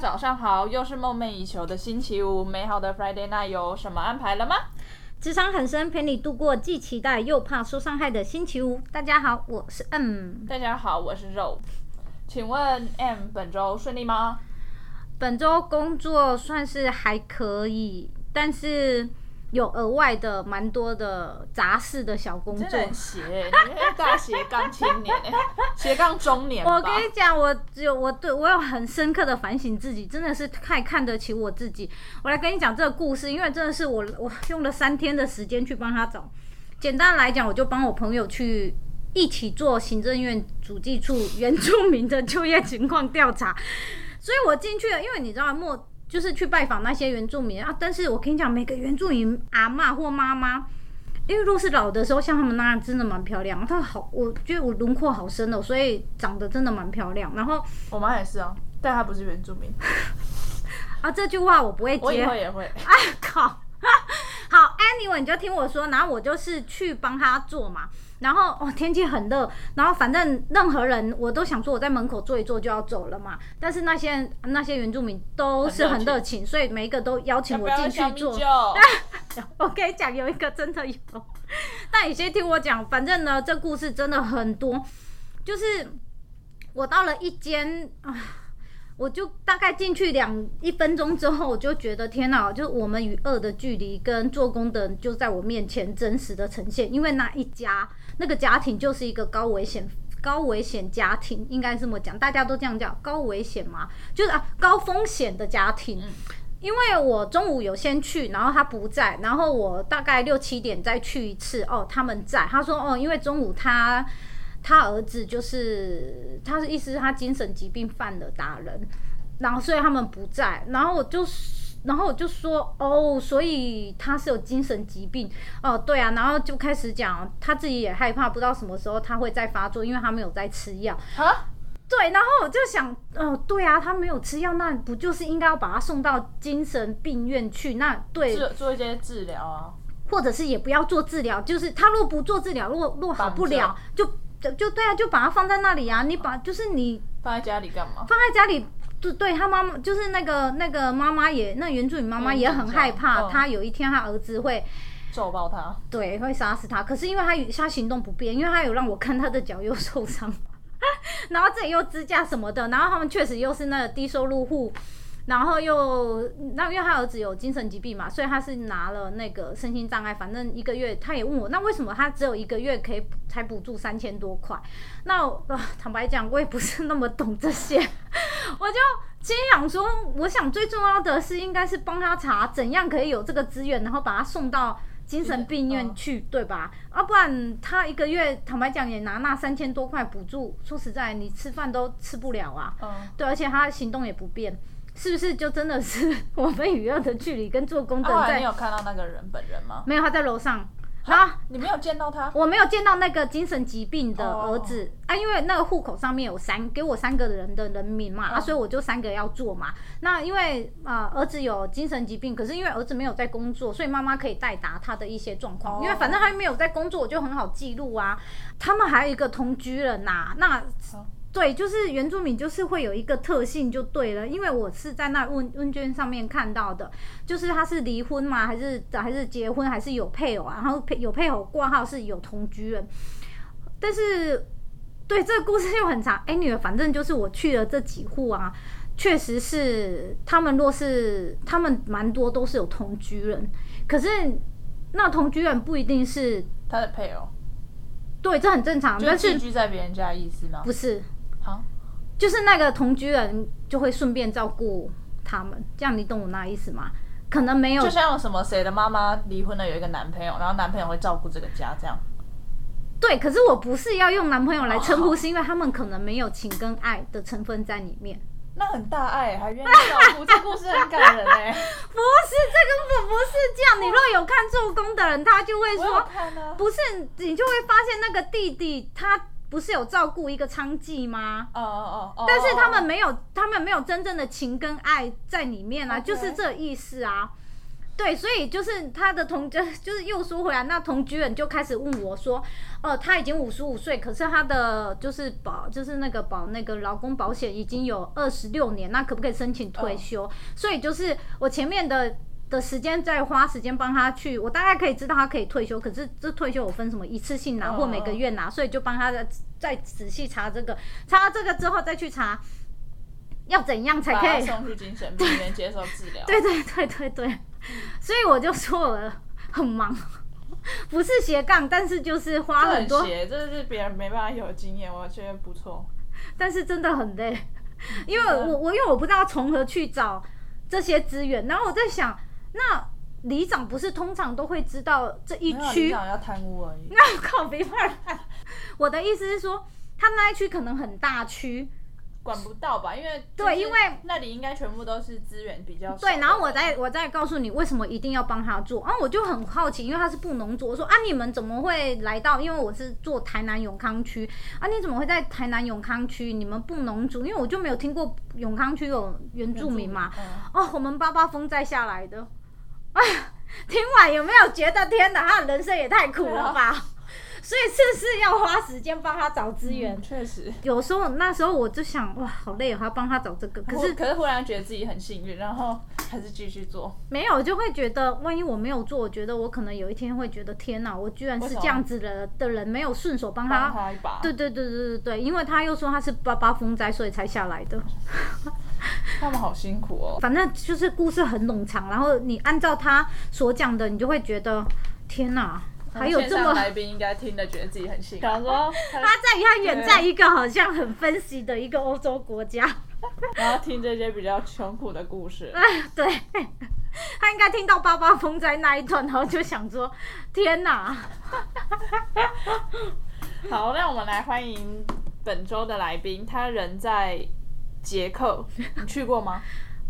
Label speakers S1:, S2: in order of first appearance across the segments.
S1: 早上好，又是梦寐以求的星期五，美好的 Friday night 有什么安排了吗？
S2: 职场很深，陪你度过既期待又怕受伤害的星期五。大家好，我是 M。
S1: 大家好，我是肉，请问 M 本周顺利吗？
S2: 本周工作算是还可以，但是有额外的蛮多的杂事的小工
S1: 真
S2: 作
S1: 的。很斜、欸，你是大斜杠青 年、欸，斜杠中年吧
S2: 我跟你讲，我只有我对我有很深刻的反省自己，真的是太看得起我自己。我来跟你讲这个故事，因为真的是我我用了三天的时间去帮他找。简单来讲，我就帮我朋友去一起做行政院主计处原住民的就业情况调查，所以我进去了，因为你知道莫就是去拜访那些原住民啊，但是我跟你讲，每个原住民阿嬷或妈妈。因为若是老的时候，像他们那样真的蛮漂亮，她好，我觉得我轮廓好深哦，所以长得真的蛮漂亮。然后
S1: 我妈也是哦、但她不是原住民，
S2: 啊，这句话我不会
S1: 我以
S2: 接，
S1: 后也会。
S2: 啊靠！好，anyway，你就听我说，然后我就是去帮他做嘛。然后哦，天气很热，然后反正任何人我都想说我在门口坐一坐就要走了嘛。但是那些人那些原住民都是很
S1: 很热
S2: 热情，所以每一个都邀
S1: 要
S2: 请
S1: 不
S2: 我
S1: 要
S2: 进去
S1: 小米
S2: 做
S1: 酒。？
S2: 我跟你讲，有一个真的有，但你先听我讲。反正呢，这故事真的很多，就是我到了一间啊，我就大概进去两一分钟之后，我就觉得天哪，就是我们与恶的距离跟做工的人就在我面前真实的呈现，因为那一家那个家庭就是一个高危险。高危险家庭应该这么讲，大家都这样叫高危险嘛，就是啊高风险的家庭。因为我中午有先去，然后他不在，然后我大概六七点再去一次。哦，他们在，他说哦，因为中午他他儿子就是他是意思是他精神疾病犯了打人，然后所以他们不在，然后我就。然后我就说哦，所以他是有精神疾病哦，对啊，然后就开始讲他自己也害怕，不知道什么时候他会再发作，因为他没有在吃药。
S1: 啊，
S2: 对，然后我就想，哦，对啊，他没有吃药，那不就是应该要把他送到精神病院去？那对，
S1: 做做一些治疗啊，
S2: 或者是也不要做治疗，就是他若不做治疗，若若好
S1: 绑
S2: 不
S1: 着
S2: 了，就就就对啊，就把他放在那里啊，你把就是你
S1: 放在家里干嘛？
S2: 放在家里，对对他妈妈就是那个那个妈妈也那原住民妈妈
S1: 嗯
S2: 也
S1: 紧
S2: 很
S1: 张
S2: 害怕，
S1: 嗯
S2: 他有一天他儿子会。
S1: 揍爆他！
S2: 对，会杀死他。可是因为他有他行动不便，因为他有让我看他的脚又受伤，然后这里又支架什么的，然后他们确实又是那个低收入户，然后又那因为他儿子有精神疾病嘛，所以他是拿了那个身心障碍，反正一个月他也问我，那为什么他只有一个月可以才补助三千多块？那我、 啊坦白讲，我也不是那么懂这些， 我就。心想说，我想最重要的是应该是帮他查怎样可以有这个资源，然后把他送到精神病院去，对吧？啊，不然他一个月坦白讲也拿那三千多块补助，说实在，你吃饭都吃不了啊。
S1: 嗯，
S2: 对，而且他行动也不便，是不是就真的是 我们与恶的距离跟做工
S1: 啊
S2: 的
S1: 后
S2: 人
S1: 来
S2: 在、
S1: 你有看到那个人本人吗？
S2: 没有他在楼上啊。
S1: 你没有见到他？
S2: 我没有见到那个精神疾病的
S1: 哦
S2: 儿子、啊，因为那个户口上面有三给我三个人的人名嘛，啊，
S1: 嗯
S2: 所以我就三个要做嘛。那因为呃儿子有精神疾病，可是因为儿子没有在工作，所以妈妈可以代答他的一些状况，
S1: 哦
S2: 因为反正他没有在工作，我就很好记录啊。他们还有一个同居人呐、那
S1: 好。
S2: 对，就是原住民就是会有一个特性就对了，因为我是在那问问卷上面看到的，就是他是离婚嘛，还是还是结婚，还是有配偶啊，然后配有配偶挂号是有同居人，但是对这个故事又很长。哎，女儿，反正就是我去了这几户啊，确实是他们若是他们蛮多都是有同居人，可是那同居人不一定是
S1: 他的配偶，
S2: 对，这很正常，
S1: 就
S2: 但
S1: 寄
S2: 是
S1: 居在别人家的意思吗？
S2: 不是
S1: 好，
S2: 就是那个同居人就会顺便照顾他们，这样你懂我那意思吗？可能没有
S1: 就像有什么谁的妈妈离婚了，有一个男朋友，然后男朋友会照顾这个家，这样。
S2: 对，可是我不是要用男朋友来称呼，
S1: 哦
S2: 是因为他们可能没有情跟爱的成分在里面。
S1: 那很大爱，还 愿意照顾，这故事很感人哎、
S2: 不是，这根本不是这样。你若有看做工的人，他就会
S1: 我有
S2: 说，
S1: 看啊。
S2: 不是，你就会发现那个弟弟他不是有照顾一个娼妓吗？
S1: 哦哦哦哦。
S2: 但是他们没有，他们没有真正的情跟爱在里面啊，
S1: OK
S2: 就是这意思啊。对，所以就是他的同就就是又说回来，那同居人就开始问我说，哦、他已经五十五岁，可是他的就是保就是那个保那个劳工保险已经有二十六年，那可不可以申请退
S1: 哦
S2: 休？所以就是我前面的。的时间再花时间帮他去，我大概可以知道他可以退休，可是这退休我分什么一次性拿
S1: 嗯
S2: 或每个月拿，所以就帮他再再仔细查这个，查到这个之后再去查要怎样才
S1: 把
S2: 可
S1: 他
S2: 以
S1: 送去精神病院接受治疗。
S2: 对对对对对，所以我就说我很忙，不是斜杠，但是就是花
S1: 这
S2: 很
S1: 很
S2: 多，
S1: 邪，这是别人没办法有经验，我觉得不错。
S2: 但是真的很累， 因为我我因为我不知道从何去找这些资源，然后我在想，那里长不是通常都会知道这一
S1: 没有
S2: 区
S1: 你想要贪污而已。
S2: 那 靠没办法。我的意思是说，他那一区可能很大区，
S1: 管不到吧？因为
S2: 对
S1: 就是
S2: 因为
S1: 那里应该全部都是资源比较少的
S2: 对，然后我再我再告诉你为什么一定要帮他做，啊，我就很好奇，因为他是布农族，我说啊，你们怎么会来到？因为我是做台南永康区，啊，你怎么会在台南永康区？你们布农族，因为我就没有听过永康区有原住民嘛，
S1: 嗯
S2: 哦，我们八八风再下来的，哎呀，听完有没有觉得天哪，他的人生也太苦了吧？
S1: 啊
S2: 所以是不是要花时间帮他找资源？
S1: 嗯确实，
S2: 有时候那时候我就想，哇，好累哦，还要帮他找这个，可是
S1: 我可是忽然觉得自己很幸运，然后还是继续做。
S2: 没有，就会觉得万一我没有做，我觉得我可能有一天会觉得天哪，我居然是这样子的的人，没有顺手帮他。
S1: 帮他一把，
S2: 对对对对对对，因为他又说他是八八风灾，所以才下来的。
S1: 他们好辛苦哦。
S2: 反正就是故事很冗长，然后你按照他所讲的，你就会觉得天哪，还有这
S1: 线
S2: 么
S1: 上来宾应该听的觉得自己很幸运，想 说
S2: 他在他远在一个好像很分析的一个欧洲国家。
S1: 然后听这些比较穷苦的故事，
S2: 哎，对， 他应该听到八八风灾那一段，然后就想说：天哪！
S1: 好，那我们来欢迎本周的来宾，他人在捷 克，你去过吗？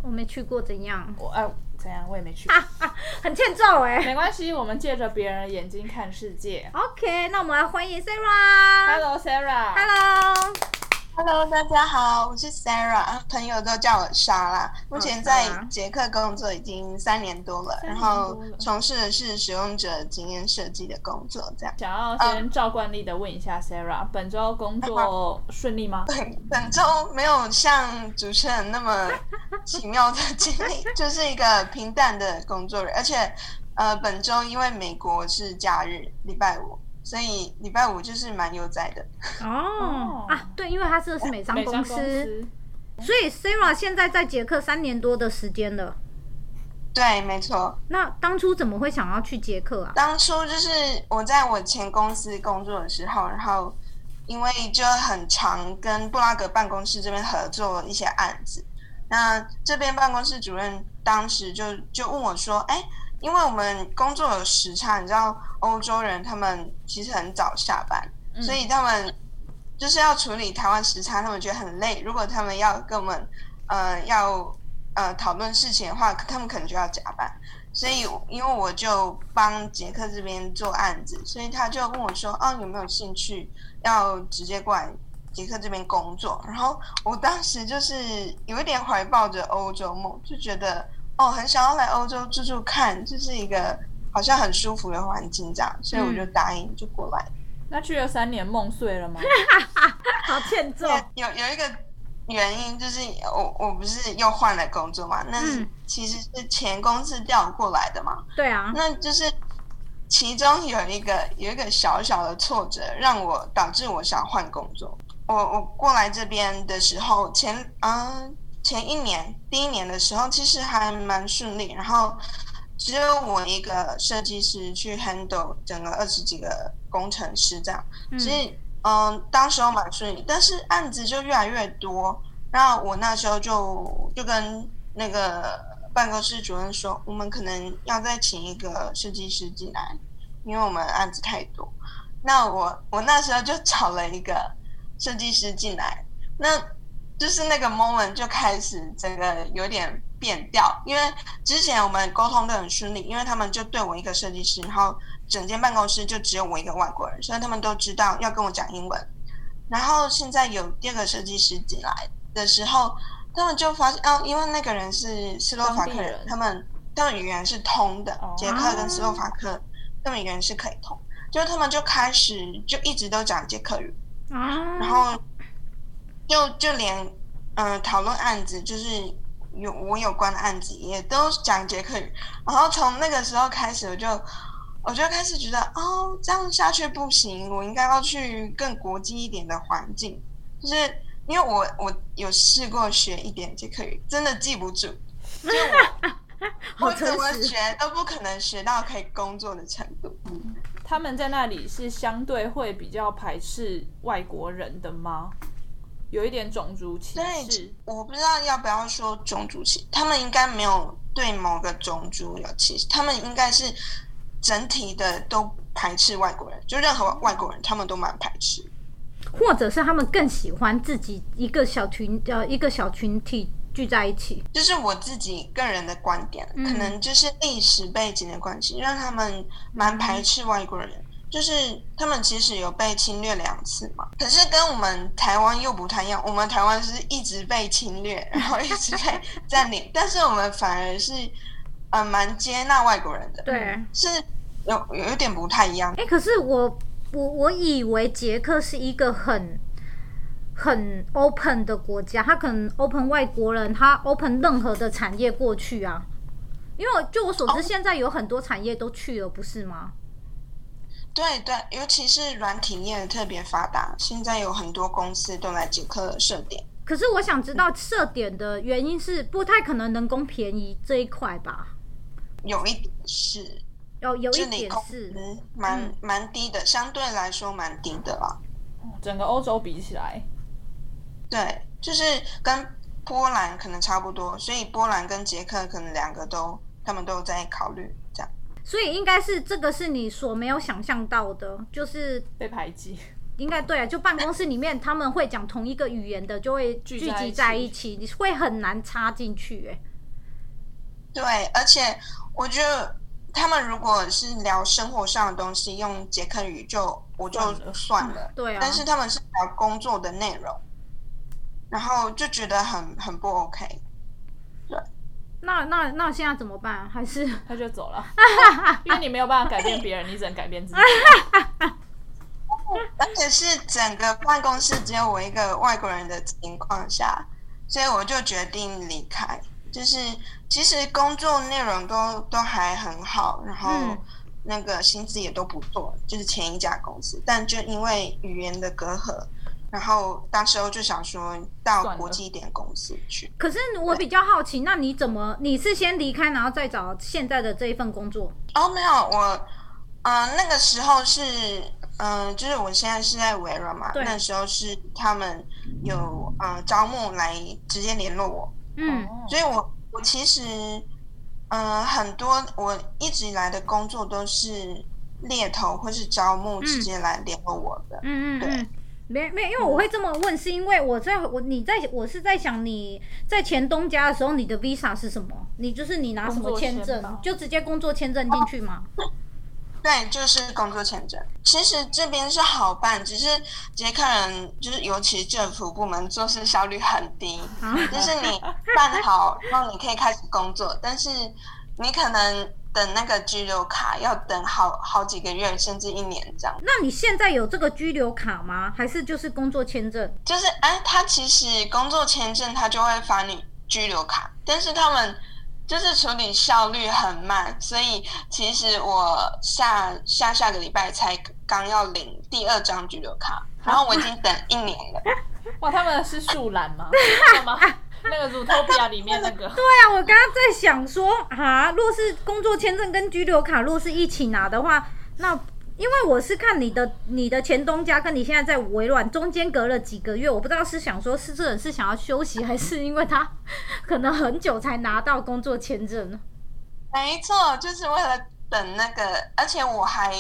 S2: 我没去过，怎样？
S1: 我哎、怎样？我也没去。
S2: 啊啊，很欠揍哎、
S1: 没关系，我们借着别人的眼睛看世界。
S2: OK，那我们来欢迎 Sarah。
S1: Hello Sarah。
S2: Hello。
S3: Hello，大家好，我是 Sarah，朋友都叫我莎拉。目前在
S2: 莎拉
S3: 捷克工作已经三年多了，
S1: 哦三
S3: 然
S1: 年多了
S3: 后从事的是使用者经验设计的工作。这样，
S1: 想要先照惯例的问一下 Sarah，、本周工作顺利吗？
S3: 对，本周没有像主持人那么奇妙的经历， 就是一个平淡的工作日，而且呃，本周因为美国是假日，礼拜五，所以礼拜五就是蛮悠哉的。
S2: 哦
S1: 哦
S2: 啊，对，因为他是美商
S1: 美商
S2: 公
S1: 公
S2: 司，
S1: 司
S2: 所以 Sarah 现在在捷克三年多的时间了。
S3: 对，没错。
S2: 那当初怎么会想要去捷克啊？
S3: 当初就是我在我前公司工作的时候，然后因为就很常跟布拉格办公室这边合作一些案子，那这边办公室主任当时就就问我说：“哎，因为我们工作有时差，你知道欧洲人他们其实很早下班，
S1: 嗯
S3: 所以他们就是要处理台湾时差，他们觉得很累。如果他们要跟我们呃要呃讨论事情的话，他们可能就要加班。所以因为我就帮杰克这边做案子，所以他就问我说：“哦，有没有兴趣要直接过来杰克这边工作？”然后我当时就是有一点怀抱着欧洲梦，就觉得哦，很想要来欧洲住住看，就是一个好像很舒服的环境这样，所以我就答应就过来了
S1: 那去了三年，梦碎了吗？
S2: 好欠揍
S3: 有有一个原因就是我我不是又换了工作嘛，那
S2: 嗯
S3: 其实是前公司调过来的嘛，
S2: 对啊，
S3: 那就是其中有一个有一个小小的挫折，让我导致我想换工作。我我过来这边的时候，前嗯、前一年第一年的时候，其实还蛮顺利，然后只有我一个设计师去 handle 整个二十几个工程师这样。
S2: 嗯
S3: 所以嗯，当时候蛮顺利，但是案子就越来越多。那我那时候就就跟那个办公室主任说，我们可能要再请一个设计师进来，因为我们案子太多。那我我那时候就找了一个设计师进来，那就是那个 moment 就开始整个有点变调，因为之前我们沟通的很顺利，因为他们就对我一个设计师，然后整间办公室就只有我一个外国人，所以他们都知道要跟我讲英文。然后现在有第二个设计师进来的时候，他们就发现哦，因为那个人是斯洛伐克
S1: 当地
S3: 人
S1: 人，
S3: 他们他们语言是通的
S1: 哦，
S3: 捷克跟斯洛伐克他们语言是可以通，就他们就开始就一直都讲捷克语，
S2: 啊，
S3: 然后就就连嗯、呃讨论案子，就是有我有关的案子也都讲捷克语。然后从那个时候开始，我就我就开始觉得哦，这样下去不行，我应该要去更国际一点的环境。就是因为我我有试过学一点捷克语，真的记不住，
S2: 好
S3: 我怎
S2: 真
S3: 么
S2: 实，
S3: 学都不可能学到可以工作的程度。
S1: 他们在那里是相对会比较排斥外国人的吗？有一点种族歧视
S3: 对，我不知道要不要说种族歧，他们应该没有对某个种族有歧视，他们应该是整体的都排斥外国人，就任何外国人他们都蛮排斥。
S2: 或者是他们更喜欢自己一个小群呃一个小群体聚在一起，
S3: 这是我自己个人的观点，
S2: 嗯
S3: 可能就是历史背景的关系，让他们
S2: 嗯
S3: 蛮排斥外国人。就是他们其实有被侵略两次嘛，可是跟我们台湾又不太一样。我们台湾是一直被侵略，然后一直被 占领，但是我们反而是呃蛮接纳外国人的，
S2: 对。
S3: 是有有有点不太一样。
S2: 哎、嗯可是我我我以为捷克是一个很很 open 的国家，他可能 open 外国人，他 open 任何的产业过去啊。因为我就我所知，现在有很多产业都去了，不是吗？
S3: 对对，尤其是软体业特别发达，现在有很多公司都来捷克设点。
S2: 可是我想知道设点的原因是不太可能人工便宜这一块吧？
S3: 有一点是，
S2: 有有
S3: 就
S2: 一
S3: 你
S2: 点
S3: 工
S2: 是，
S3: 资蛮
S2: 嗯
S3: 蛮低的，相对来说蛮低的啦。
S1: 整个欧洲比起来，
S3: 对，就是跟波兰可能差不多，所以波兰跟捷克可能两个都他们都在考虑这样。
S2: 所以应该是这个是你所没有想象到的，就是
S1: 被排挤。
S2: 应该对啊，就办公室里面他们会讲同一个语言的，就会聚
S1: 聚在一起
S2: 集在一 起，你会很难插进去、欸。
S3: 对，而且我觉得他们如果是聊生活上的东西，用捷克语就我就
S1: 算了
S3: 算了，
S2: 对啊，
S3: 但是他们是聊工作的内容，然后就觉得很很不 OK。
S2: 那那那现在怎么办？还是
S1: 他就走了，因为你没有办法改变别人，你只能改变自己。
S3: 而且是整个办公室只有我一个外国人的情况下，所以我就决定离开。就是其实工作内容都都还很好，然后
S2: 嗯
S3: 那个薪资也都不错，就是前一家公司，但就因为语言的隔阂，然后当时候就想说到
S1: 算了
S3: 国际一点公司去。
S2: 可是我比较好奇，那你怎么你是先离开，然后再找现在的这一份工作？
S3: 哦，没有，我，嗯、那个时候是，嗯、就是我现在是在微软嘛，
S2: 对
S3: 那时候是他们有嗯、呃招募来直接联络我，
S2: 嗯，
S1: 哦
S3: 所以我我其实，嗯、很多我一直以来的工作都是猎头或是招募直接来联络我的，
S2: 嗯嗯嗯
S3: 对，
S2: 没没，因为我会这么问，是因为我在我你在我是在想你在前东家的时候，你的 visa 是什么？你就是你拿什
S1: 工
S2: 么
S1: 作
S2: 签
S1: 签
S2: 证
S1: 吧，
S2: 就直接工作签证进去吗？
S3: 对，就是工作签证。其实这边是好办，只是捷克人就是尤其政府部门做事效率很低。
S2: 啊，
S3: 就是你办好，然后你可以开始工作，但是你可能等那个居留卡要等好好几个月，甚至一年这样。
S2: 那你现在有这个居留卡吗？还是就是工作签证？
S3: 就是哎，他其实工作签证他就会发你居留卡，但是他们就是处理效率很慢，所以其实我下下下个礼拜才刚要领第二张居留卡，然后我已经等一年了。
S1: 哇，他们是树懒吗？那个吗？那个《如托比亚》里面那个，
S2: 对啊，我刚刚在想说啊，若是工作签证跟居留卡若是一起拿的话，那因为我是看你的你的前东家跟你现在在微软中间隔了几个月，我不知道是想说是这人是想要休息，还是因为他可能很久才拿到工作签证。
S3: 没错，就是为了等那个，而且我还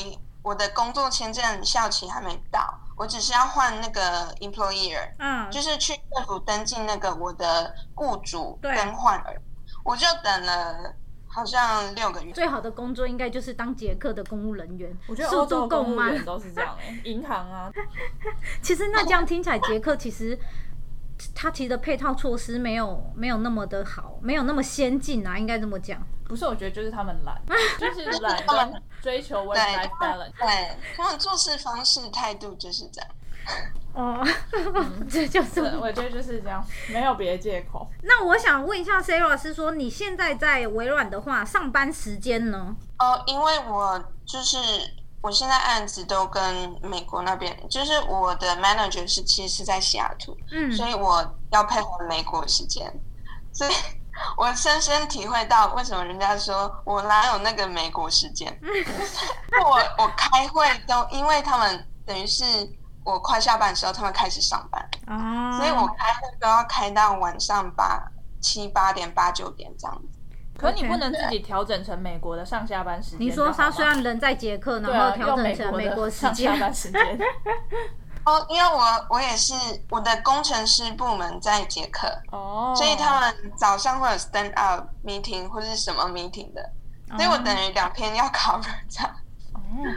S3: 我的工作签证效期还没到，我只是要换那个 employer，
S2: 啊，
S3: 就是去政府登记那个我的雇主
S2: 对
S3: 更换而已，我就等了好像六个月。
S2: 最好的工作应该就是当捷克的公务人员，
S1: 我觉得
S2: 速
S1: 欧
S2: 度
S1: 洲
S2: 够
S1: 公务
S2: 慢
S1: 员。都是这样哎、银行啊，
S2: 其实那这样听起来，捷克其实他提的配套措施没有没有那么的好，没有那么先进啊，应该这么讲。
S1: 不是，我觉得就是他们懒，就是懒跟追求 work life balance。
S3: 对，他们做事方式态度就是这样。
S2: 哦， 这就是
S1: 对我觉得就是这样，没有别的借口。
S2: 那我想问一下 Sarah，是说你现在在微软的话，上班时间呢？
S3: 哦，因为我就是我现在案子都跟美国那边，就是我的 manager 是其实是在西雅图，
S2: 嗯，
S3: 所以我要配合美国时间，所以我深深体会到为什么人家说我哪有那个美国时间。我我开会都因为他们等于是我快下班的时候，他们开始上班，
S2: 啊，
S3: 所以我开会都要开到晚上八七八点八九点这样子。
S1: 可你不能自己调整成美国的上下班时间。
S2: 你说
S1: 他
S2: 他虽然人在捷克，
S1: 对
S2: 然
S1: 啊，
S2: 后调整成
S1: 用
S2: 美
S1: 美
S2: 国
S1: 的
S2: 时
S1: 上
S2: 间
S1: 下，班时 间，
S3: 哦，因为我我也是我的工程师部门在捷克，
S1: 哦，
S3: 所以他们早上会有 stand up meeting 或是什么 meeting 的，
S2: 哦
S3: 所以我等于两天要 cover 这样。
S1: 哦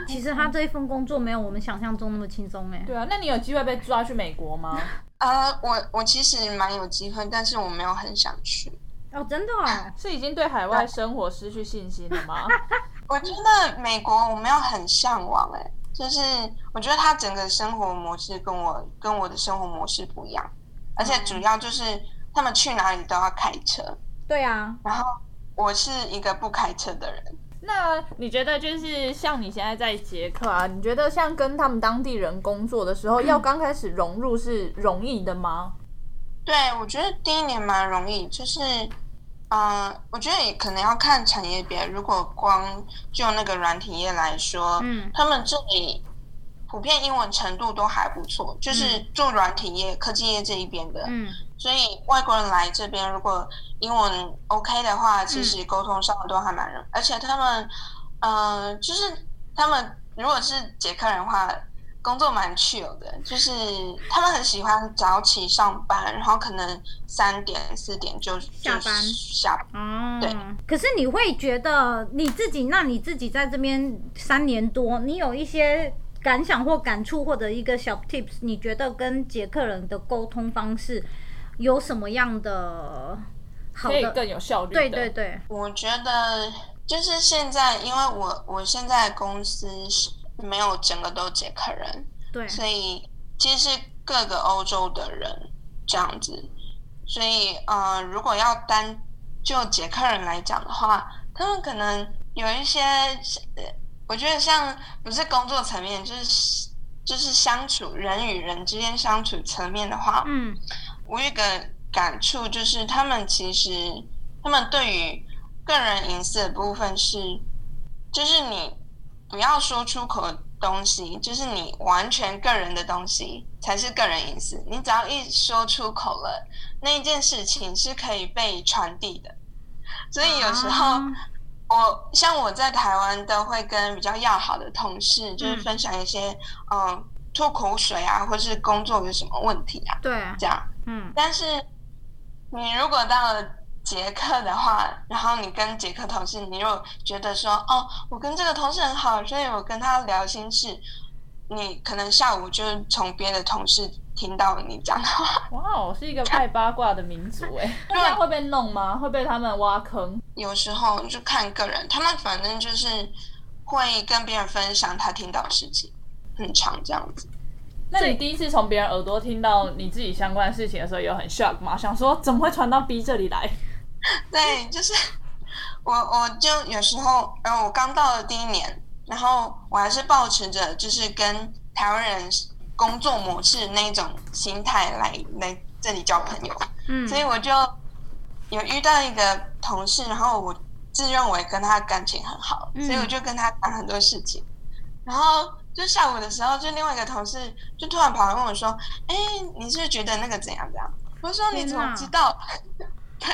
S2: 其实他这一份工作没有我们想象中那么轻松哎。
S1: 对啊，那你有机会被抓去美国 吗？
S3: 呃，我我其实蛮有机会，但是我没有很想去。
S2: 哦，真的哦，
S1: 是已经对海外生活失去信心了 吗？
S3: 我觉得美国我没有很向往、欸，就是我觉得它整个生活模式跟我跟我的生活模式不一样，而且主要就是他们去哪里都要开车，
S2: 对啊，
S3: 然后我是一个不开车的人。
S1: 那你觉得就是像你现在在捷克啊，你觉得像跟他们当地人工作的时候，要刚开始融入是容易的吗？
S2: 嗯
S3: 对，我觉得第一年蛮容易，就是，嗯、我觉得也可能要看产业别。如果光就那个软体业来说，
S2: 嗯
S3: 他们这里普遍英文程度都还不错，就是做软体业、科技业这一边的，
S2: 嗯，
S3: 所以外国人来这边，如果英文 OK 的话，其
S2: 嗯
S3: 实沟通上都还蛮容易。而且他们，呃，就是他们如果是捷克人的话，工作蛮 chill 的，就是他们很喜欢早起上班，然后可能三点四点就
S2: 下班
S3: 就下班。
S2: 哦，
S3: 对。
S2: 可是你会觉得你自己，那你自己在这边三年多，你有一些感想或感触，或者一个小 tips，你觉得跟捷克人的沟通方式有什么样的好
S1: 可以
S2: 的？
S1: 更有效率的。
S2: 对对对，
S3: 我觉得就是现在，因为我我现在公司是没有整个都捷克人，
S2: 对，
S3: 所以其实是各个欧洲的人这样子，所以呃，如果要单就捷克人来讲的话，他们可能有一些，呃我觉得像不是工作层面，就是就是相处人与人之间相处层面的话，
S2: 嗯
S3: 我有一个感触，就是他们其实他们对于个人隐私的部分是，就是你不要说出口的东西，就是你完全个人的东西才是个人隐私。你只要一说出口了，那一件事情是可以被传递的。所以有时候
S2: 啊
S3: 我像我在台湾都会跟比较要好的同事，就是
S2: 嗯
S3: 分享一些嗯、呃吐口水啊，或是工作有什么问题啊，
S2: 对，
S3: 这样。
S2: 嗯
S3: 但是你如果到了捷克的话，然后你跟捷克同事，你如果觉得说哦，我跟这个同事很好，所以我跟他聊心事，你可能下午就是从别的同事听到你讲的话，
S1: 哇哦，是一个爱八卦的民族 哎，那这样会被弄吗？会被他们挖坑？
S3: 有时候就看个人，他们反正就是会跟别人分享他听到的事情，很长这样子。
S1: 那你第一次从别人耳朵听到你自己相关的事情的时候，有很 shock 吗？想说怎么会传到 B 这里来？
S3: 对，就是我，我就有时候，嗯，我刚到的第一年，然后我还是保持着就是跟台湾人工作模式那种心态来来这里交朋友，
S2: 嗯，
S3: 所以我就有遇到一个同事，然后我自认为跟他感情很好，
S2: 嗯
S3: 所以我就跟他讲很多事情，然后。就下午的时候，就另外一个同事就突然跑来问我说：“哎、你是不是觉得那个怎样怎样？”我说：“你
S2: 天
S3: 怎么
S2: 哪
S3: 知道？” 对，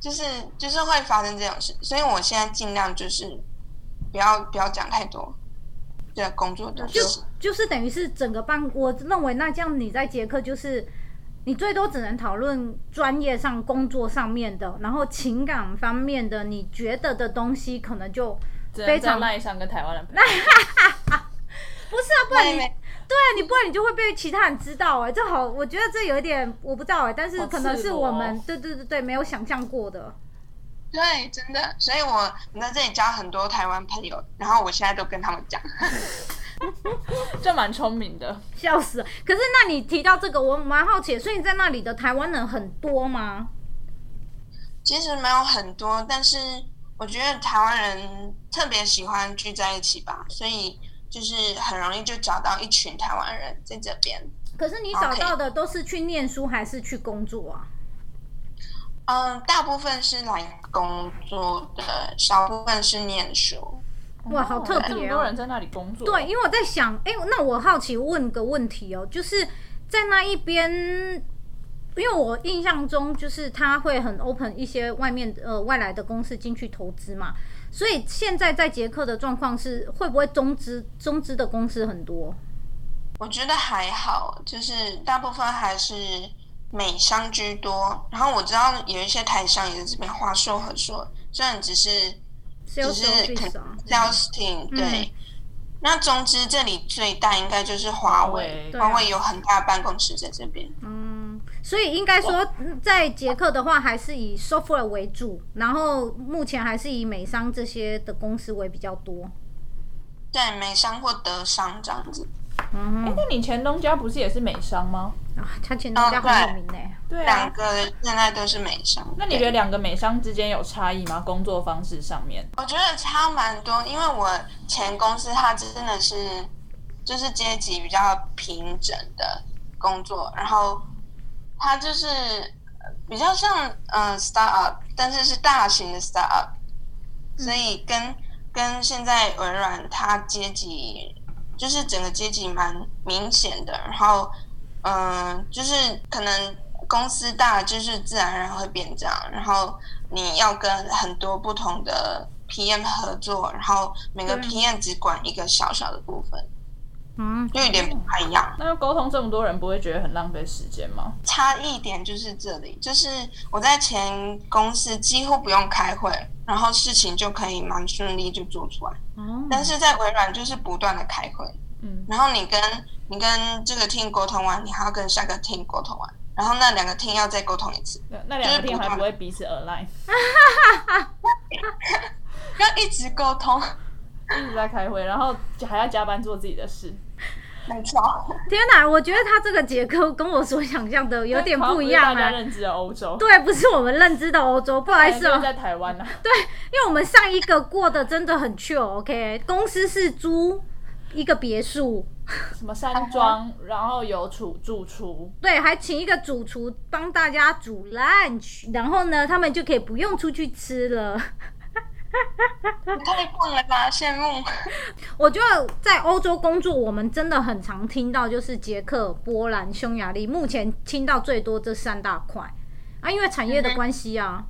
S3: 就是就是会发生这种事，所以我现在尽量就是不要不要讲太多对工作的
S2: 就
S3: 事情。
S2: 就是等于是整个办，我认为那这样你在捷克就是，你最多只能讨论专业上、工作上面的，然后情感方面的，你觉得的东西可能就
S1: 只
S2: 非
S1: 能在
S2: 常
S1: 赖上跟台湾人。
S2: 不是啊，不然你
S3: 妹
S2: 对
S3: 妹
S2: 啊，你不然你就会被其他人知道哎、这好，我觉得这有一点我不知道哎、但是
S1: 好
S2: 可能
S1: 赤
S2: 是
S1: 裸
S2: 我
S1: 哦
S2: 们对对对对没有想象过的，
S3: 对，真的，所以我我在这里交很多台湾朋友，然后我现在都跟他们讲，
S1: 这蛮聪明的。
S2: 笑死了。可是那你提到这个，我蛮好奇的，所以你在那里的台湾人很多吗？
S3: 其实没有很多，但是我觉得台湾人特别喜欢聚在一起吧，所以就是很容易就找到一群台湾人在这边。
S2: 可是你找到的都是去念书还是去工作啊？
S3: 嗯，大部分是来工作的，少部分是念书。
S2: 哇好特别哦
S1: 这么多人在那里工作。
S2: 对，，因为我在想，哎、那我好奇问个问题哦，就是在那一边，因为我印象中就是他会很 open 一些外面呃外来的公司进去投资嘛，所以现在在捷克的状况是会不会中资中资的公司很多？
S3: 我觉得还好，就是大部分还是美商居多。然后我知道有一些台商也在这边花硕和硕，虽然只是只
S2: Sales
S3: 是
S2: office 啊
S3: sales team
S1: 嗯
S3: 对。那中资这里最大应该就是华为，
S2: 华为
S1: 啊
S3: 华为有很大的办公室在这边。
S2: 嗯，所以应该说在捷克的话，还是以 software 为主，然后目前还是以美商这些的公司为比较多。
S3: 对，美商或德商这样子，
S2: 嗯
S1: 哎，
S2: 哼，
S1: 那你前东家不是也是美商吗？
S2: 啊，他前东家很有名呢、
S1: 对啊
S3: 两。个现在都是美商。
S1: 那你觉得两个美商之间有差异吗？工作方式上面？
S3: 我觉得差蛮多，因为我前公司它真的是就是阶级比较平整的工作，然后它就是呃比较像嗯、呃 startup，但是是大型的 startup，所以跟跟现在微软它阶级就是整个阶级蛮明显的，然后嗯、呃就是可能公司大就是自然而然会变这样，然后你要跟很多不同的 PM 合作，然后每个
S2: 对
S3: PM 只管一个小小的部分，
S2: 嗯，
S3: 就有点不太一样。
S1: 那要沟通这么多人，不会觉得很浪费时间吗？
S3: 差异点就是这里，就是我在前公司几乎不用开会，然后事情就可以蛮顺利就做出来。
S2: 哦，
S3: 但是在微软就是不断的开会，
S1: 嗯，
S3: 然后你跟你跟这个 team 沟通完，你还要跟下个 team 沟通完，然后那两个 team 要再沟通一次，
S1: 那那两个店还不会彼此 align，
S3: 要一直沟通。
S1: 一直在开会，然后还要加班做自己的事，
S3: 没错，
S2: 天哪，我觉得他这个杰克跟我所想象的有点不一样
S1: 哎好像不是大家
S2: 啊。
S1: 认知的欧洲，
S2: 对，不是我们认知的欧洲，不好意思
S1: 就是
S2: 哦，
S1: 在台湾啊，
S2: 因为我们上一个过得真的很 chill，OK，、公司是租一个别墅，
S1: 什么山庄，然后有厨住厨，
S2: 对，还请一个主厨帮大家煮 lunch，然后呢，他们就可以不用出去吃了。
S3: 太棒了吧，羡慕。
S2: 我觉得在欧洲工作，我们真的很常听到，就是捷克、波兰、匈牙利，目前听到最多这三大块啊，因为产
S1: 嗯
S2: 业的关系啊。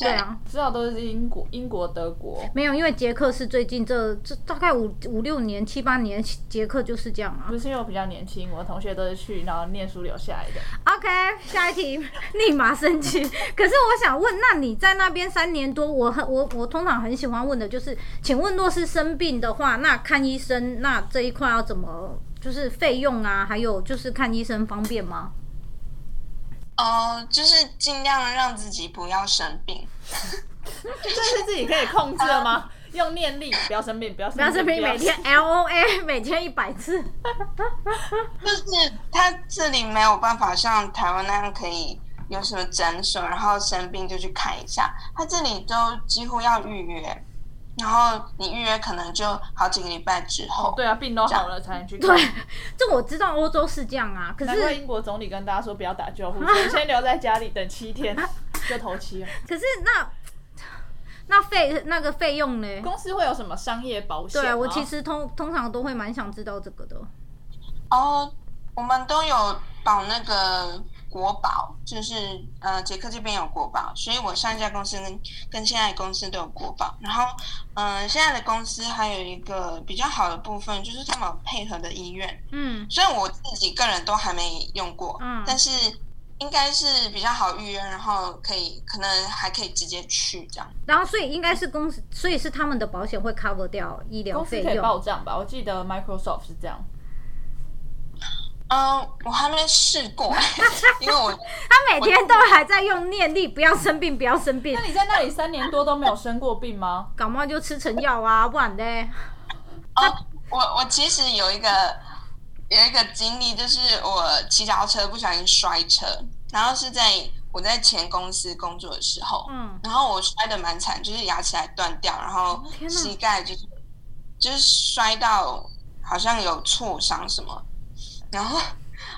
S2: 对啊，
S1: 知道都是英国、英国、德国，
S2: 没有，因为捷克是最近这这大概五五六年、七八年，捷克就是这样啊
S1: 不。是因为我比较年轻，我同学都是去然后念书留下来的。
S2: OK，下一题， 立马生气。可是我想问，那你在那边三年多，我很我我通常很喜欢问的就是，请问若是生病的话，那看医生那这一块要怎么，就是费用啊，还有就是看医生方便吗？
S3: 哦，就是尽量让自己不要生病。
S1: 这是自己可以控制的 吗？用念力，不要生病，不要生
S2: 不
S1: 病，
S2: 要生病，每天 L O A 每天一百次。
S3: 就是他这里没有办法像台湾那样可以有什么诊所，然后生病就去看一下。他这里都几乎要预约，然后你预约可能就好几个礼拜之后。
S1: 对啊，病都好了才能去看。
S2: 对，这我知道欧洲是这样啊，可
S1: 难怪
S2: 是
S1: 英国总理跟大家说不要打救护车，先留在家里等七 天就头七了。
S2: 可是那那费那个费用呢？
S1: 公司会有什么商业保险吗？
S2: 对我
S3: 啊
S2: 其实通通常都会蛮想知道这个的。
S3: 哦，我们都有保那个国保，就是呃，捷克这边有国保，所以我上一家公司跟跟现在的公司都有国保。然后，嗯、现在的公司还有一个比较好的部分，就是他们有配合的医院。
S2: 嗯，
S3: 虽然我自己个人都还没用过，
S2: 嗯
S3: 但是应该是比较好预约，然后可以可能还可以直接去这样。
S2: 然后所以应该是公司，所以是他们的保险会 cover 掉医疗
S1: 公司
S2: 费
S1: 可以
S2: 用。
S1: 报账吧？我记得 Microsoft 是这样，
S3: 嗯，我还没试 过，因为我
S2: 他每天都还在用念力，不要生病，不要生病
S1: 那，你在那里三年多都没有生过病吗？
S2: 感冒就吃成药啊，不然嘞，
S3: 哦，我我其实有一个有一个经历，就是我骑脚踏车不小心摔车，然后是在我在前公司工作的时候，
S2: 嗯，
S3: 然后我摔的蛮惨，就是牙齿还断掉，然后
S2: 哦天哪
S3: 膝盖就是就是摔到好像有挫伤什么，然后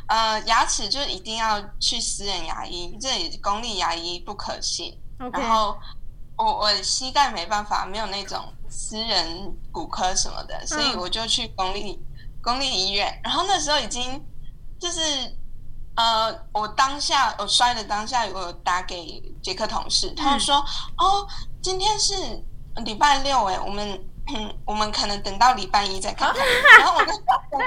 S3: 呃牙齿就一定要去私人牙医，这里公立牙医不可信。
S2: OK，
S3: 然后我我膝盖没办法，没有那种私人骨科什么的，所以我就去公立公立医院。然后那时候已经就是呃，我当下我摔的当下，我有打给杰克同事，他们说、哦，今天是礼拜六哎，我们。我们可能等到礼拜一再看看，然后我跟我跟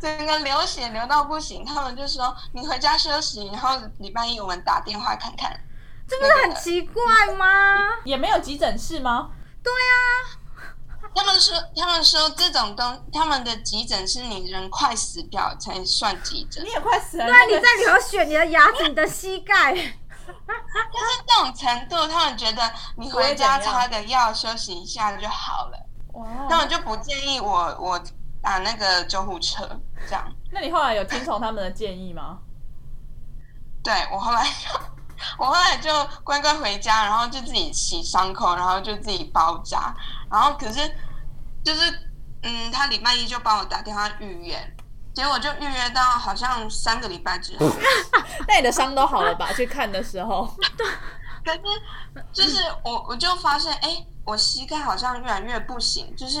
S3: 整个流血流到不行，他们就说你回家休息，然后礼拜一我们打电话看看。
S2: 这不是很奇怪吗？
S1: 也没有急诊室吗？
S3: 他们说，他们说这种东，他们的急诊是你人快死掉才算急诊
S1: 你，也快死了，
S2: 对啊，你
S1: 那个
S2: 在流血，你的牙齿，你的膝盖，
S3: 就是这种程度，他们觉得你回家擦个药休息一下就好了，他
S1: 哇
S3: 们就不建议我我打那个救护车这样。
S1: 那你后来有听从他们的建议吗？
S3: 对我后来就，我后来就乖乖回家，然后就自己洗伤口，然后就自己包扎，然后可是就是嗯，他礼拜一就帮我打电话预约，结果就预约到好像三个礼拜之后。
S1: 那你的伤都好了吧？去看的时候，
S3: 可是就是我我就发现，哎、我膝盖好像越来越不行，就是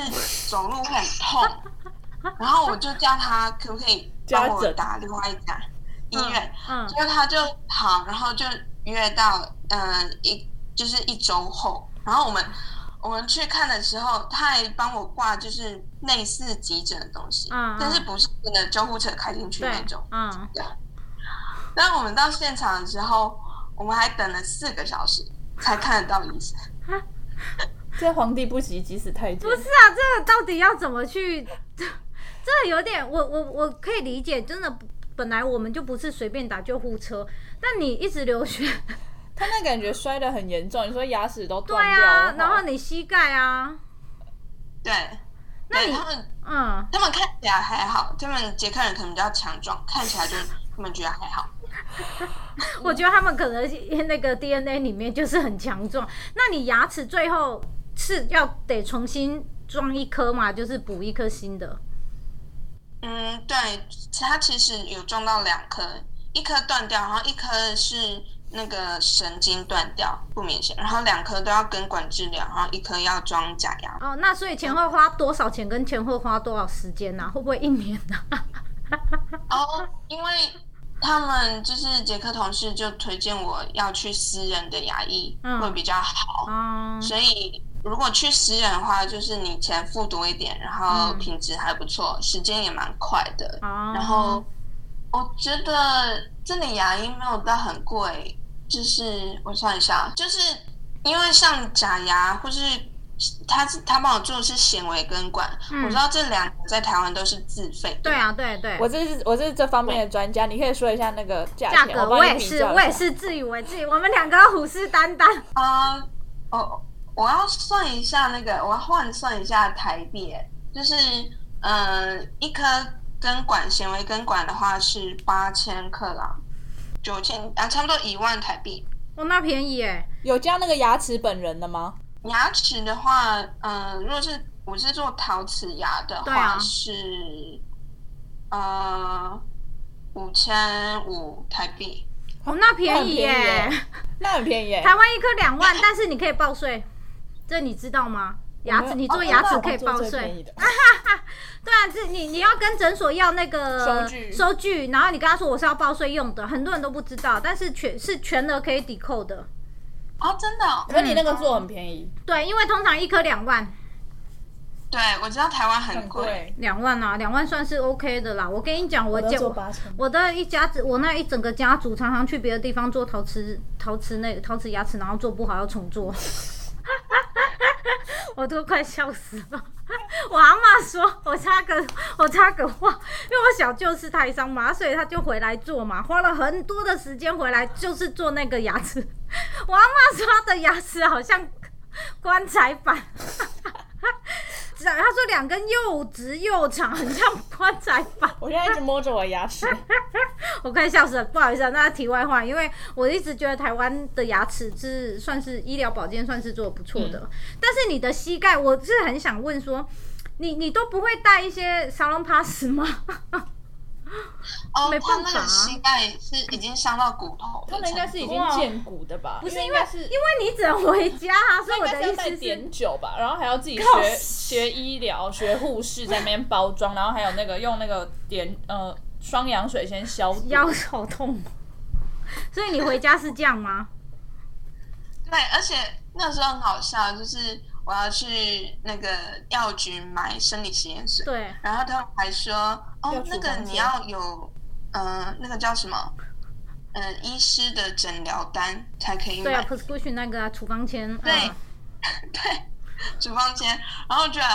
S3: 走路会很痛。 然后我就叫他可不可以帮
S1: 家
S3: 我
S1: 诊
S3: 打另外一家医院，
S2: 嗯，
S3: 结果他就好，然后就约到嗯、呃一就是一周后，然后我们我们去看的时候，他还帮我挂就是类似急诊的东西，
S2: 嗯嗯
S3: 但是不是真的救护车开进去
S2: 对
S3: 那种，。
S2: 嗯，
S3: 但我们到现场的时候，我们还等了四个小时才看得到医生。
S1: 这皇帝不急，急死太监
S2: 不。是啊，这个到底要怎么去？ 这有点，我我我可以理解，真的不，本来我们就不是随便打救护车，但你一直流血，
S1: 他那感觉摔得很严重，你说牙齿都
S2: 对
S1: 断掉哦了
S2: 啊，，然后你膝盖啊，
S3: 对，
S2: 那
S3: 对
S2: 你
S3: 他们
S2: 嗯，
S3: 他们看起来还好，他们捷克人可能比较强壮，看起来就他们觉得还好。
S2: 我觉得他们可能那个 DNA 里面就是很强壮。那你牙齿最后是要得重新装一颗嘛，就是补一颗新的。
S3: 嗯，对，他其实有撞到两颗，一颗断掉，然后一颗是那个神经断掉不明显，然后两颗都要根管治疗，然后一颗要装假牙。
S2: 哦，那所以前后花多少钱，跟前后花多少时间呢、会不会一年啊呢、
S3: 哦，因为他们就是捷克同事就推荐我要去私人的牙医、
S2: 嗯
S3: 会比较好，
S2: 哦，
S3: 所以如果去私人的话，就是你钱付多一点，然后
S2: 嗯
S3: 品质还不错，时间也蛮快的。
S2: 哦
S3: 然后我觉得这里牙医没有到很贵，就是我算一下，就是因为像假牙或是他他帮我做的是显微根管，
S2: 嗯
S3: 我知道这两个在台湾都是自费的。
S2: 对啊，对对，
S1: 我这是我这是这方面的专家，你可以说一下那个价
S2: 价
S1: 钱，
S2: 格
S1: 我
S2: 我
S1: 帮你
S2: 也
S1: 比
S2: 是，
S1: 较一
S2: 我也
S1: 下。
S2: 是自以为自己，我们两个虎视眈眈。
S3: 啊，我我要算一下那个，我要换算一下台币，就是嗯、呃一颗根管纤维根管的话是八千克朗，九千啊，差不多一万台币。
S2: 哦，那便宜哎、
S1: 有加那个牙齿本人的吗？
S3: 牙齿的话，嗯、如果是我是做陶瓷牙的
S2: 对
S3: 话，
S2: 啊
S3: 是呃五千五台币。
S2: 哦，那便宜耶、
S1: 那很便宜那很便宜耶。
S2: 台湾一颗两万，但是你可以报税，这你知道吗？牙齿，你做牙齿可以
S1: 哦那
S2: 报
S1: 我做最便
S2: 税
S1: 宜，的
S2: 对啊，这你你要跟诊所要那个
S1: 收据
S2: 收据，然后你跟他说我是要报税用的，很多人都不知道，但是全是全额可以抵扣的，
S3: 哦，真的哦、
S1: 可你那个做很便宜，
S2: 对，因为通常一颗两万，
S3: 对，我知道台湾很
S1: 很
S3: 贵。
S1: 贵。
S2: 两万啊，两万算是 OK 的啦。我跟你讲，我
S1: 都
S2: 讲
S1: 做八千，
S2: 我的一家子，我那一整个家族常常去别的地方做陶瓷、陶瓷那陶瓷牙齿， 然后做不好要重做，我都快笑死了。我阿妈说，我插个我插个话，因为我小舅是台商嘛，所以他就回来做嘛，花了很多的时间回来，就是做那个牙齿。我阿妈说她的牙齿好像棺材板， 她说两根又直又长，很像棺材板。
S1: 我现在一直摸着我的牙齿，
S2: 我快笑死了，不好意思、啊，那题外话，因为我一直觉得台湾的牙齿是算是医疗保健算是做的不错的，
S1: 嗯
S2: 但是你的膝盖，我是很想问说，你你都不会带一些沙龙 pass 吗？
S3: 哦
S2: 没，
S3: 他
S2: 办
S3: 那
S2: 法啊
S3: 个膝盖是已经伤到骨头了，
S1: 他们应该是已经见骨的吧？
S2: 不是
S1: 因为应该是
S2: 因为你只能回家啊，所
S1: 他
S2: 以
S1: 应
S2: 我
S1: 该
S2: 的
S1: 是
S2: 意
S1: 要带
S2: 思是，
S1: 碘酒吧，然后还要自己
S2: 靠
S1: 学学医疗、学护士在那边包装，然后还有那个用那个碘呃双氧水先消毒。
S2: 腰好痛，所以你回家是这样吗？
S3: 对，而且那时候很好笑，就是我要去那个药局买生理实验水，
S2: 对，
S3: 然后他们还说，
S1: 要
S3: 哦，
S1: 处
S3: 那个
S1: 方
S3: 你
S1: 笺
S3: 要有，呃，那个叫什么，呃，医师的诊疗单才可以
S2: 对啊
S3: 买，
S2: ，prescription 那个啊处方签，
S3: 对
S2: 嗯
S3: 对，处方签，然后觉得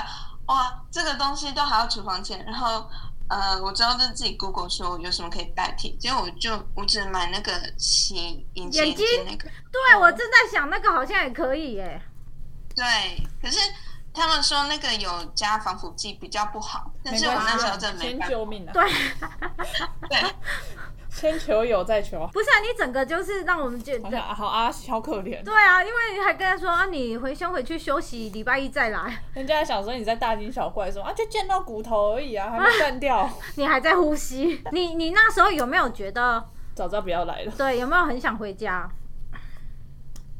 S3: 哇，这个东西都还要处方签，然后呃，我之后就自己 Google 说有什么可以代替，结果我就我只买那个洗隐形
S2: 眼
S3: 眼
S2: 睛
S3: 镜那个，
S1: 哦
S2: 对我正在想那个好像也可以耶，
S3: 对，可是他们说那个有加防腐剂比较不好，但
S1: 没
S3: 是我
S1: 关
S3: 那时候
S1: 系
S3: 真
S1: 啊，
S3: 的没
S1: 先
S3: 办法，
S1: 救命啊！
S2: 对。
S3: 对，
S1: 先求有再求好，
S2: 不是啊，你整个就是让我们觉
S1: 好
S2: 得
S1: 像好阿喜好可怜。
S2: 对啊，因为还跟他说啊，你回先回去休息，礼拜一再来。
S1: 人家还想说你在大惊小怪说啊，就见到骨头而已啊，还没断 掉，
S2: 你还在呼吸，你你那时候有没有觉得
S1: 早知道不要来了。
S2: 对？有没有很想回家？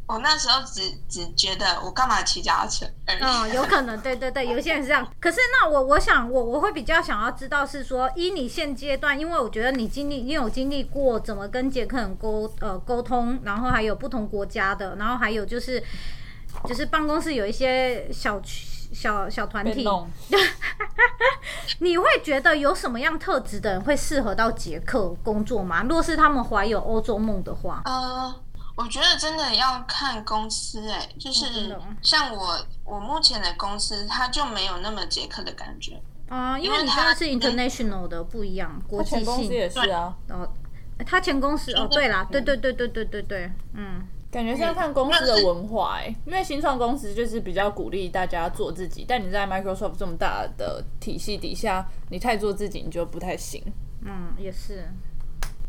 S3: 我那时候只只觉得我干嘛骑脚踏车而已，
S2: 嗯， 有可能，对对对，有些人是这样。可是那我我想我我会比较想要知道是说，依你现阶段，因为我觉得你经历，你有经历过怎么跟捷克人沟呃沟通，然后还有不同国家的，然后还有就是就是办公室有一些小区小小团
S1: 被
S2: 体，
S1: 弄，
S2: 你会觉得有什么样特质的人会适合到捷克工作吗？若是他们怀有欧洲梦的话，
S3: 呃，我觉得真的要看公司哎、就
S2: 真的
S3: 是
S2: 哦
S3: 像我我目前的公司，它就没有那么捷克的感觉。
S2: 啊、因为
S3: 因为
S2: 你真
S3: 他
S2: 的是 international 的，不一样，国
S1: 他
S2: 际
S1: 前公司
S2: 性。
S1: 也是啊，
S2: 哦，他前公司哦，对啦，对对对对对对对，嗯，
S1: 感觉是要看公司的文化哎、因为新创公司就是比较鼓励大家做自己，但你在 Microsoft 这么大的体系底下，你太做自己你就不太行。
S2: 嗯，也是，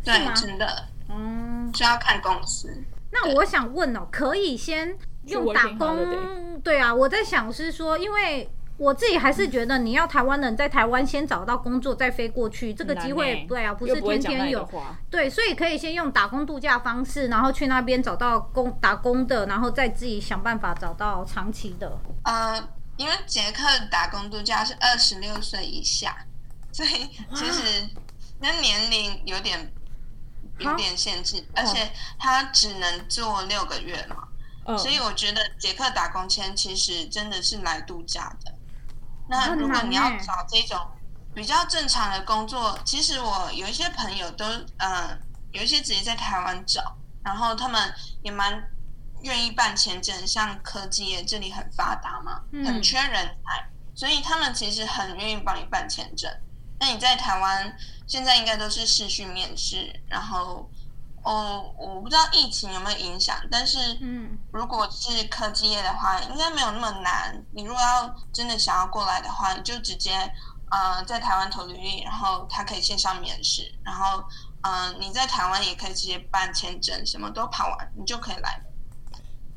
S2: 是吗
S3: 对，真的
S2: 嗯，
S3: 就要看公司。
S2: 那我想问哦，可以先用打
S1: working holiday
S2: 工？对啊，我在想是说，因为我自己还是觉得你要台湾人在台湾先找到工作再飞过去，这个
S1: 很难
S2: 机会
S1: 欸
S2: 对啊，不
S1: 又
S2: 是
S1: 会
S2: 天
S1: 讲那
S2: 天
S1: 里的
S2: 有。
S1: 话，
S2: 对，所以可以先用打工度假方式，然后去那边找到工打工的，然后再自己想办法找到长期的。
S3: 呃，因为捷克打工度假是二十六岁以下，所以
S2: 啊
S3: 其实那年龄有点有点限制，而且它只能做六个月嘛。
S1: 嗯，
S3: 所以我觉得捷克打工签其实真的是来度假的。那
S2: 很
S3: 如果
S2: 难
S3: 你要
S2: 欸
S3: 找这种比较正常的工作，其实我有一些朋友都呃，有一些直接在台湾找，然后他们也蛮愿意办签证，像科技业这里很发达嘛，很
S2: 嗯
S3: 缺人才，所以他们其实很愿意帮你办签证。那你在台湾现在应该都是视讯面试，然后哦，我不知道疫情有没有影响，但是
S2: 嗯，
S3: 如果是科技业的话，应该没有那么难。你如果要真的想要过来的话，你就直接呃在台湾投履历，然后他可以线上面试，然后嗯、呃你在台湾也可以直接办签证，什么都跑完，你就可以来。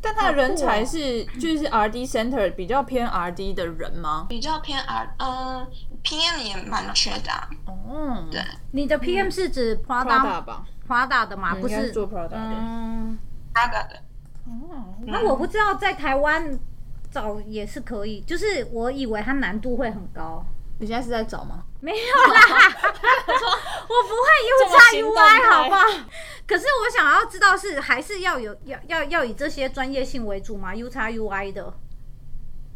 S1: 但他的人才是就是 R D Center 比较偏 R D 的人吗？
S3: 比较偏 R，嗯、PM 也蛮缺的啊、
S1: 哦，
S3: 对
S2: 你的 PM 是指
S1: ，Prada
S2: Prada
S1: 吧，
S2: Prada 的吗？
S1: 嗯
S2: 啊不
S1: 应该
S2: 是
S1: 做 Prada 的。
S2: 嗯，
S3: 大概的。
S1: 哦，
S2: 那我不知道在台湾找也是可以，就是我以为它难度会很高，
S1: 你现在是在找吗？
S2: 没有啦，我不会 U 叉 U I 好不好？可是我想要知道是还是要有要要要以这些专业性为主吗？U 叉 U I 的，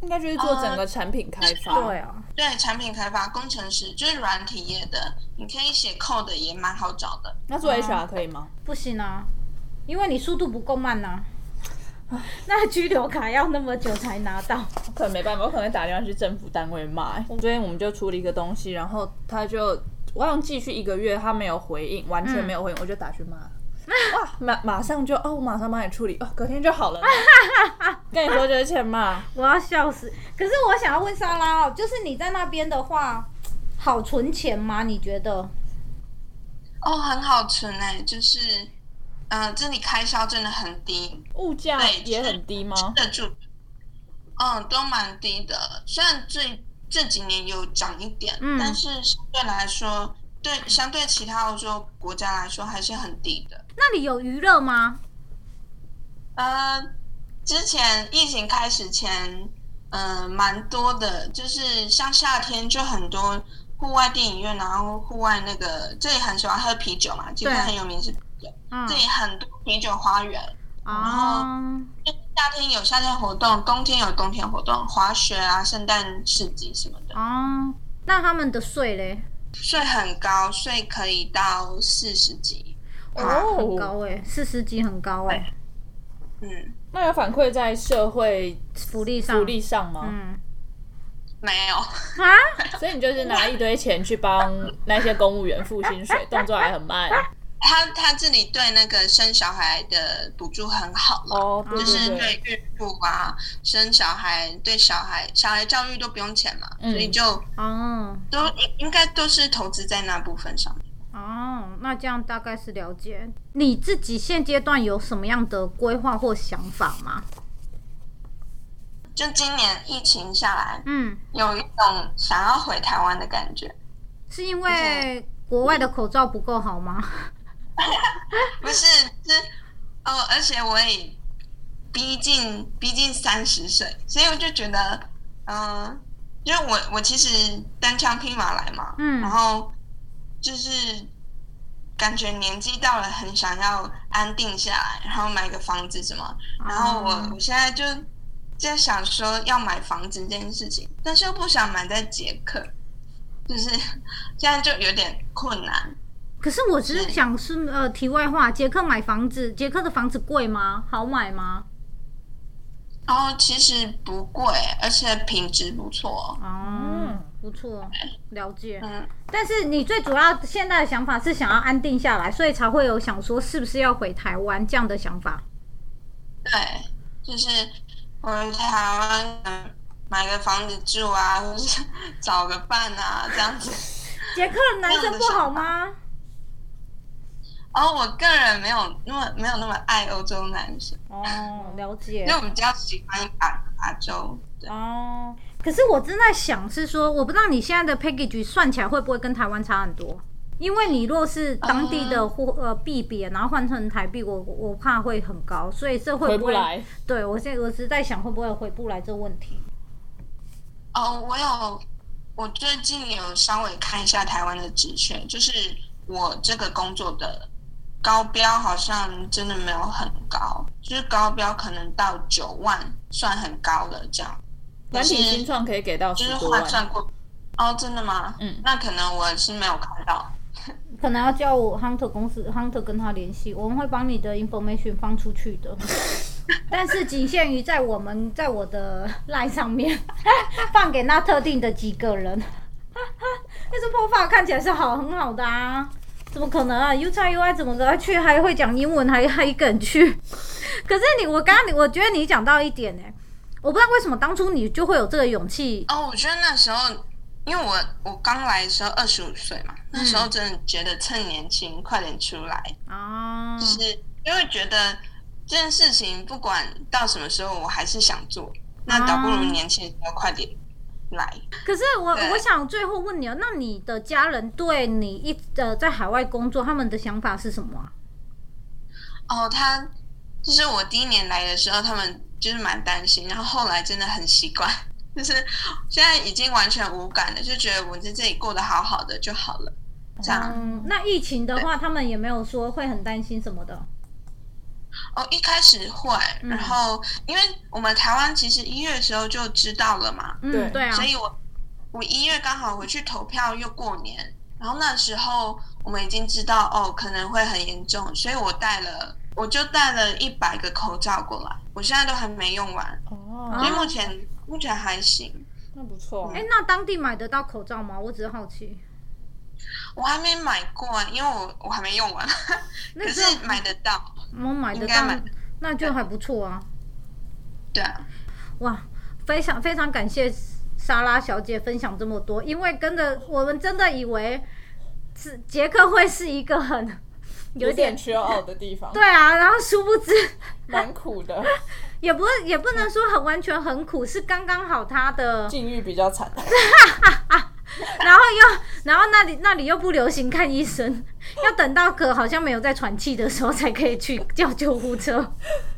S1: 应该就是做整个产品开发。
S2: 呃对啊，
S3: 对产品开发工程师就是软体业的，你可以写 code 的也蛮好找的。
S2: 嗯
S1: 那做 HR 可以吗？
S2: 不行啊，因为你速度不够慢呐、 那拘留卡要那么久才拿到。
S1: 我可能没办法，我可能会打电话去政府单位骂、欸。昨天我们就处理一个东西，然后他就我想继续一个月，他没有回应，完全没有回应，我就打去骂。
S2: 嗯
S1: 哇，马马上就哦，我马上帮你处理哦，隔天就好 了。跟你说就是欠骂，
S2: 我要笑死！可是我想要问莎拉哦，就是你在那边的话，好存钱吗？你觉得？
S3: 哦，很好存哎、就是，嗯、这里开销真的很低，
S1: 物价
S3: 对
S1: 也很低吗？
S3: 吃得住，嗯，都蛮低的。虽然最这几年有涨一点，
S2: 嗯
S3: 但是相对来说，对相对其他欧洲国家来说还是很低的。
S2: 那里有娱乐吗？
S3: 呃，之前疫情开始前，嗯、蛮多的，就是像夏天就很多户外电影院，然后户外那个这里很喜欢喝啤酒嘛，其实
S2: 对
S3: 很有名是啤酒，
S2: 嗯
S3: 这里很多啤酒花园。
S2: 啊，
S3: 夏天有夏天活动，冬天有冬天活动，滑雪啊、圣诞市集什么的，
S2: 哦，那他们的税嘞？
S3: 税很高，税可以到四十几。
S1: 哦
S2: 很高哎、四十级很高哎、
S3: 嗯，
S1: 那有反馈在社会
S2: 福利上，
S1: 福利上吗？
S2: 嗯
S3: 没有，
S2: 啊，
S1: 所以你就是拿一堆钱去帮那些公务员付薪水，动作还很 慢。
S3: 他他这里对那个生小孩的补助很好嘛，
S1: 哦，对
S3: 就是
S1: 对对，
S3: 对孕妇啊、生小孩、对小孩、小孩教育都不用钱嘛，
S1: 嗯
S3: 所以就
S2: 哦
S3: 都应应该都是投资在那部分上面。
S2: 哦，那这样大概是了解。你自己现阶段有什么样的规划或想法吗？
S3: 就今年疫情下来，
S2: 嗯，
S3: 有一种想要回台湾的感觉。
S2: 是因为国外的口罩不够好吗？
S3: 不是，是哦，而且我也逼近逼近三十岁，所以我就觉得，嗯、因为我我其实单枪匹马来嘛，
S2: 嗯
S3: 然后就是感觉年纪到了，很想要安定下来，然后买个房子什么，
S2: 哦
S3: 然后我我现在就在想说要买房子这件事情，但是又不想买在捷克，就是 现在就有点困难。
S2: 可是我只是想是呃，题外话，捷克买房子，捷克的房子贵吗？好买吗？
S3: 然后哦其实不贵，而且品质不错。
S1: 嗯
S2: 哦，不错，了解。
S3: 嗯，
S2: 但是你最主要现在的想法是想要安定下来，所以才会有想说是不是要回台湾这样的想法。
S3: 对，就是我回台湾嗯买个房子住啊，或是找个伴啊这样子。
S2: 杰克男生不好吗？
S3: 然后哦我个人没有那么没有那么爱欧洲男生，
S2: 哦，了
S3: 因
S2: 解
S3: 为。我比较喜欢亚亚洲。对，
S2: 哦，可是我正在想是说，我不知道你现在的 package 算起来会不会跟台湾差很多？因为你若是当地的货呃币别，然后换成台币，我我怕会很高，所以这会
S1: 回
S2: 不
S1: 不
S2: 会？
S1: 来。
S2: 对我现在我是在想会不会回不来这问题。
S3: 哦，我有，我最近有稍微看一下台湾的职缺，就是我这个工作的高标好像真的没有很高，就是高标可能到九万算很高了这样，
S1: 软体新创可以给到
S3: 就
S1: 十
S3: 是
S1: 多
S3: 换
S1: 万，
S3: 算过。哦，真的吗？
S1: 嗯
S3: 那可能我是没有看到。
S2: 可能要叫我 Hunter 公司 Hunter 跟他联系，我们会帮你的 information 放出去的， 但是仅限于在我们在我的 line 上面 放给那特定的几个人。 但是播放看起来是好很好的啊，怎么可能啊？U I U I 怎么可能去还会讲英文还还敢去？ 可是你我刚刚你我觉得你讲到一点呢、欸我不知道为什么当初你就会有这个勇气，
S3: 哦，我觉得那时候，因为我我刚来的时候二十五岁嘛，那时
S1: 嗯
S3: 候真的觉得趁年轻快点出来，
S2: 啊
S3: 就是因为觉得这件事情不管到什么时候，我还是想做，那倒不如年轻的时候快点来。
S2: 可是我
S3: 对
S2: 我想最后问你哦，那你的家人对你一呃在海外工作，他们的想法是什么啊？
S3: 哦，他就是我第一年来的时候，他们就是蛮担心，然后后来真的很习惯，就是现在已经完全无感了，就觉得我在这里过得好好的就好了，这样。
S2: 嗯，那疫情的话，他们也没有说会很担心什么的。
S3: 哦，一开始会，然后因为我们台湾其实一月的时候就知道了嘛，
S2: 嗯，
S1: 对
S2: 对啊
S3: 所，以我我一月刚好回去投票又过年，然后那时候我们已经知道哦可能会很严重，所以我带了我就带了一百个口罩过来，我现在都还没用完，所
S1: 哦
S3: 以
S2: 啊
S3: 目前目前还行。
S1: 那不错
S2: 哎、那当地买得到口罩吗？我只是好奇。
S3: 我还没买过啊，因为我我还没用完，
S2: 那
S3: 可
S2: 只
S3: 是
S2: 有
S3: 买得到。
S2: 我买得
S3: 应该
S2: 到
S3: 买，
S2: 那就还不错啊。
S3: 对啊，
S2: 哇，非常非常感谢莎拉小姐分享这么多，因为跟着我们真的以为是捷克会是一个很有
S1: 有点
S2: 点
S1: 缺傲的地 方，
S2: 对，啊，然后殊不知
S1: 蛮苦的，
S2: 也不是也不能说很完全很苦，是刚刚好他的，
S1: 境遇比较惨。
S2: 然后又然后那里那里又不流行看医生， 要等到可好像没有在喘气的时候才可以去叫救护车。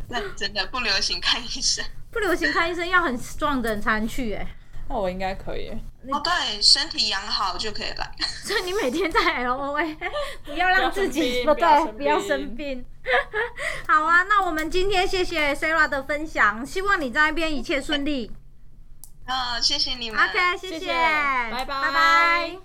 S3: 那真的不流行看医生。
S2: 不流行看医生要很壮的人才能去哎、
S1: 那我应该可以，
S3: 哦，对，身体养好就可以 来。
S2: 所以你每天在 L O A，不要让自己
S1: 不要生
S2: 对，
S1: 病
S2: 不要生病。 好啊，那我们今天谢谢 Sarah 的分享，希望你在那边一切顺利。
S3: 嗯、谢谢你们。
S2: OK，谢
S1: 谢谢
S2: 拜
S1: 拜拜
S2: 拜。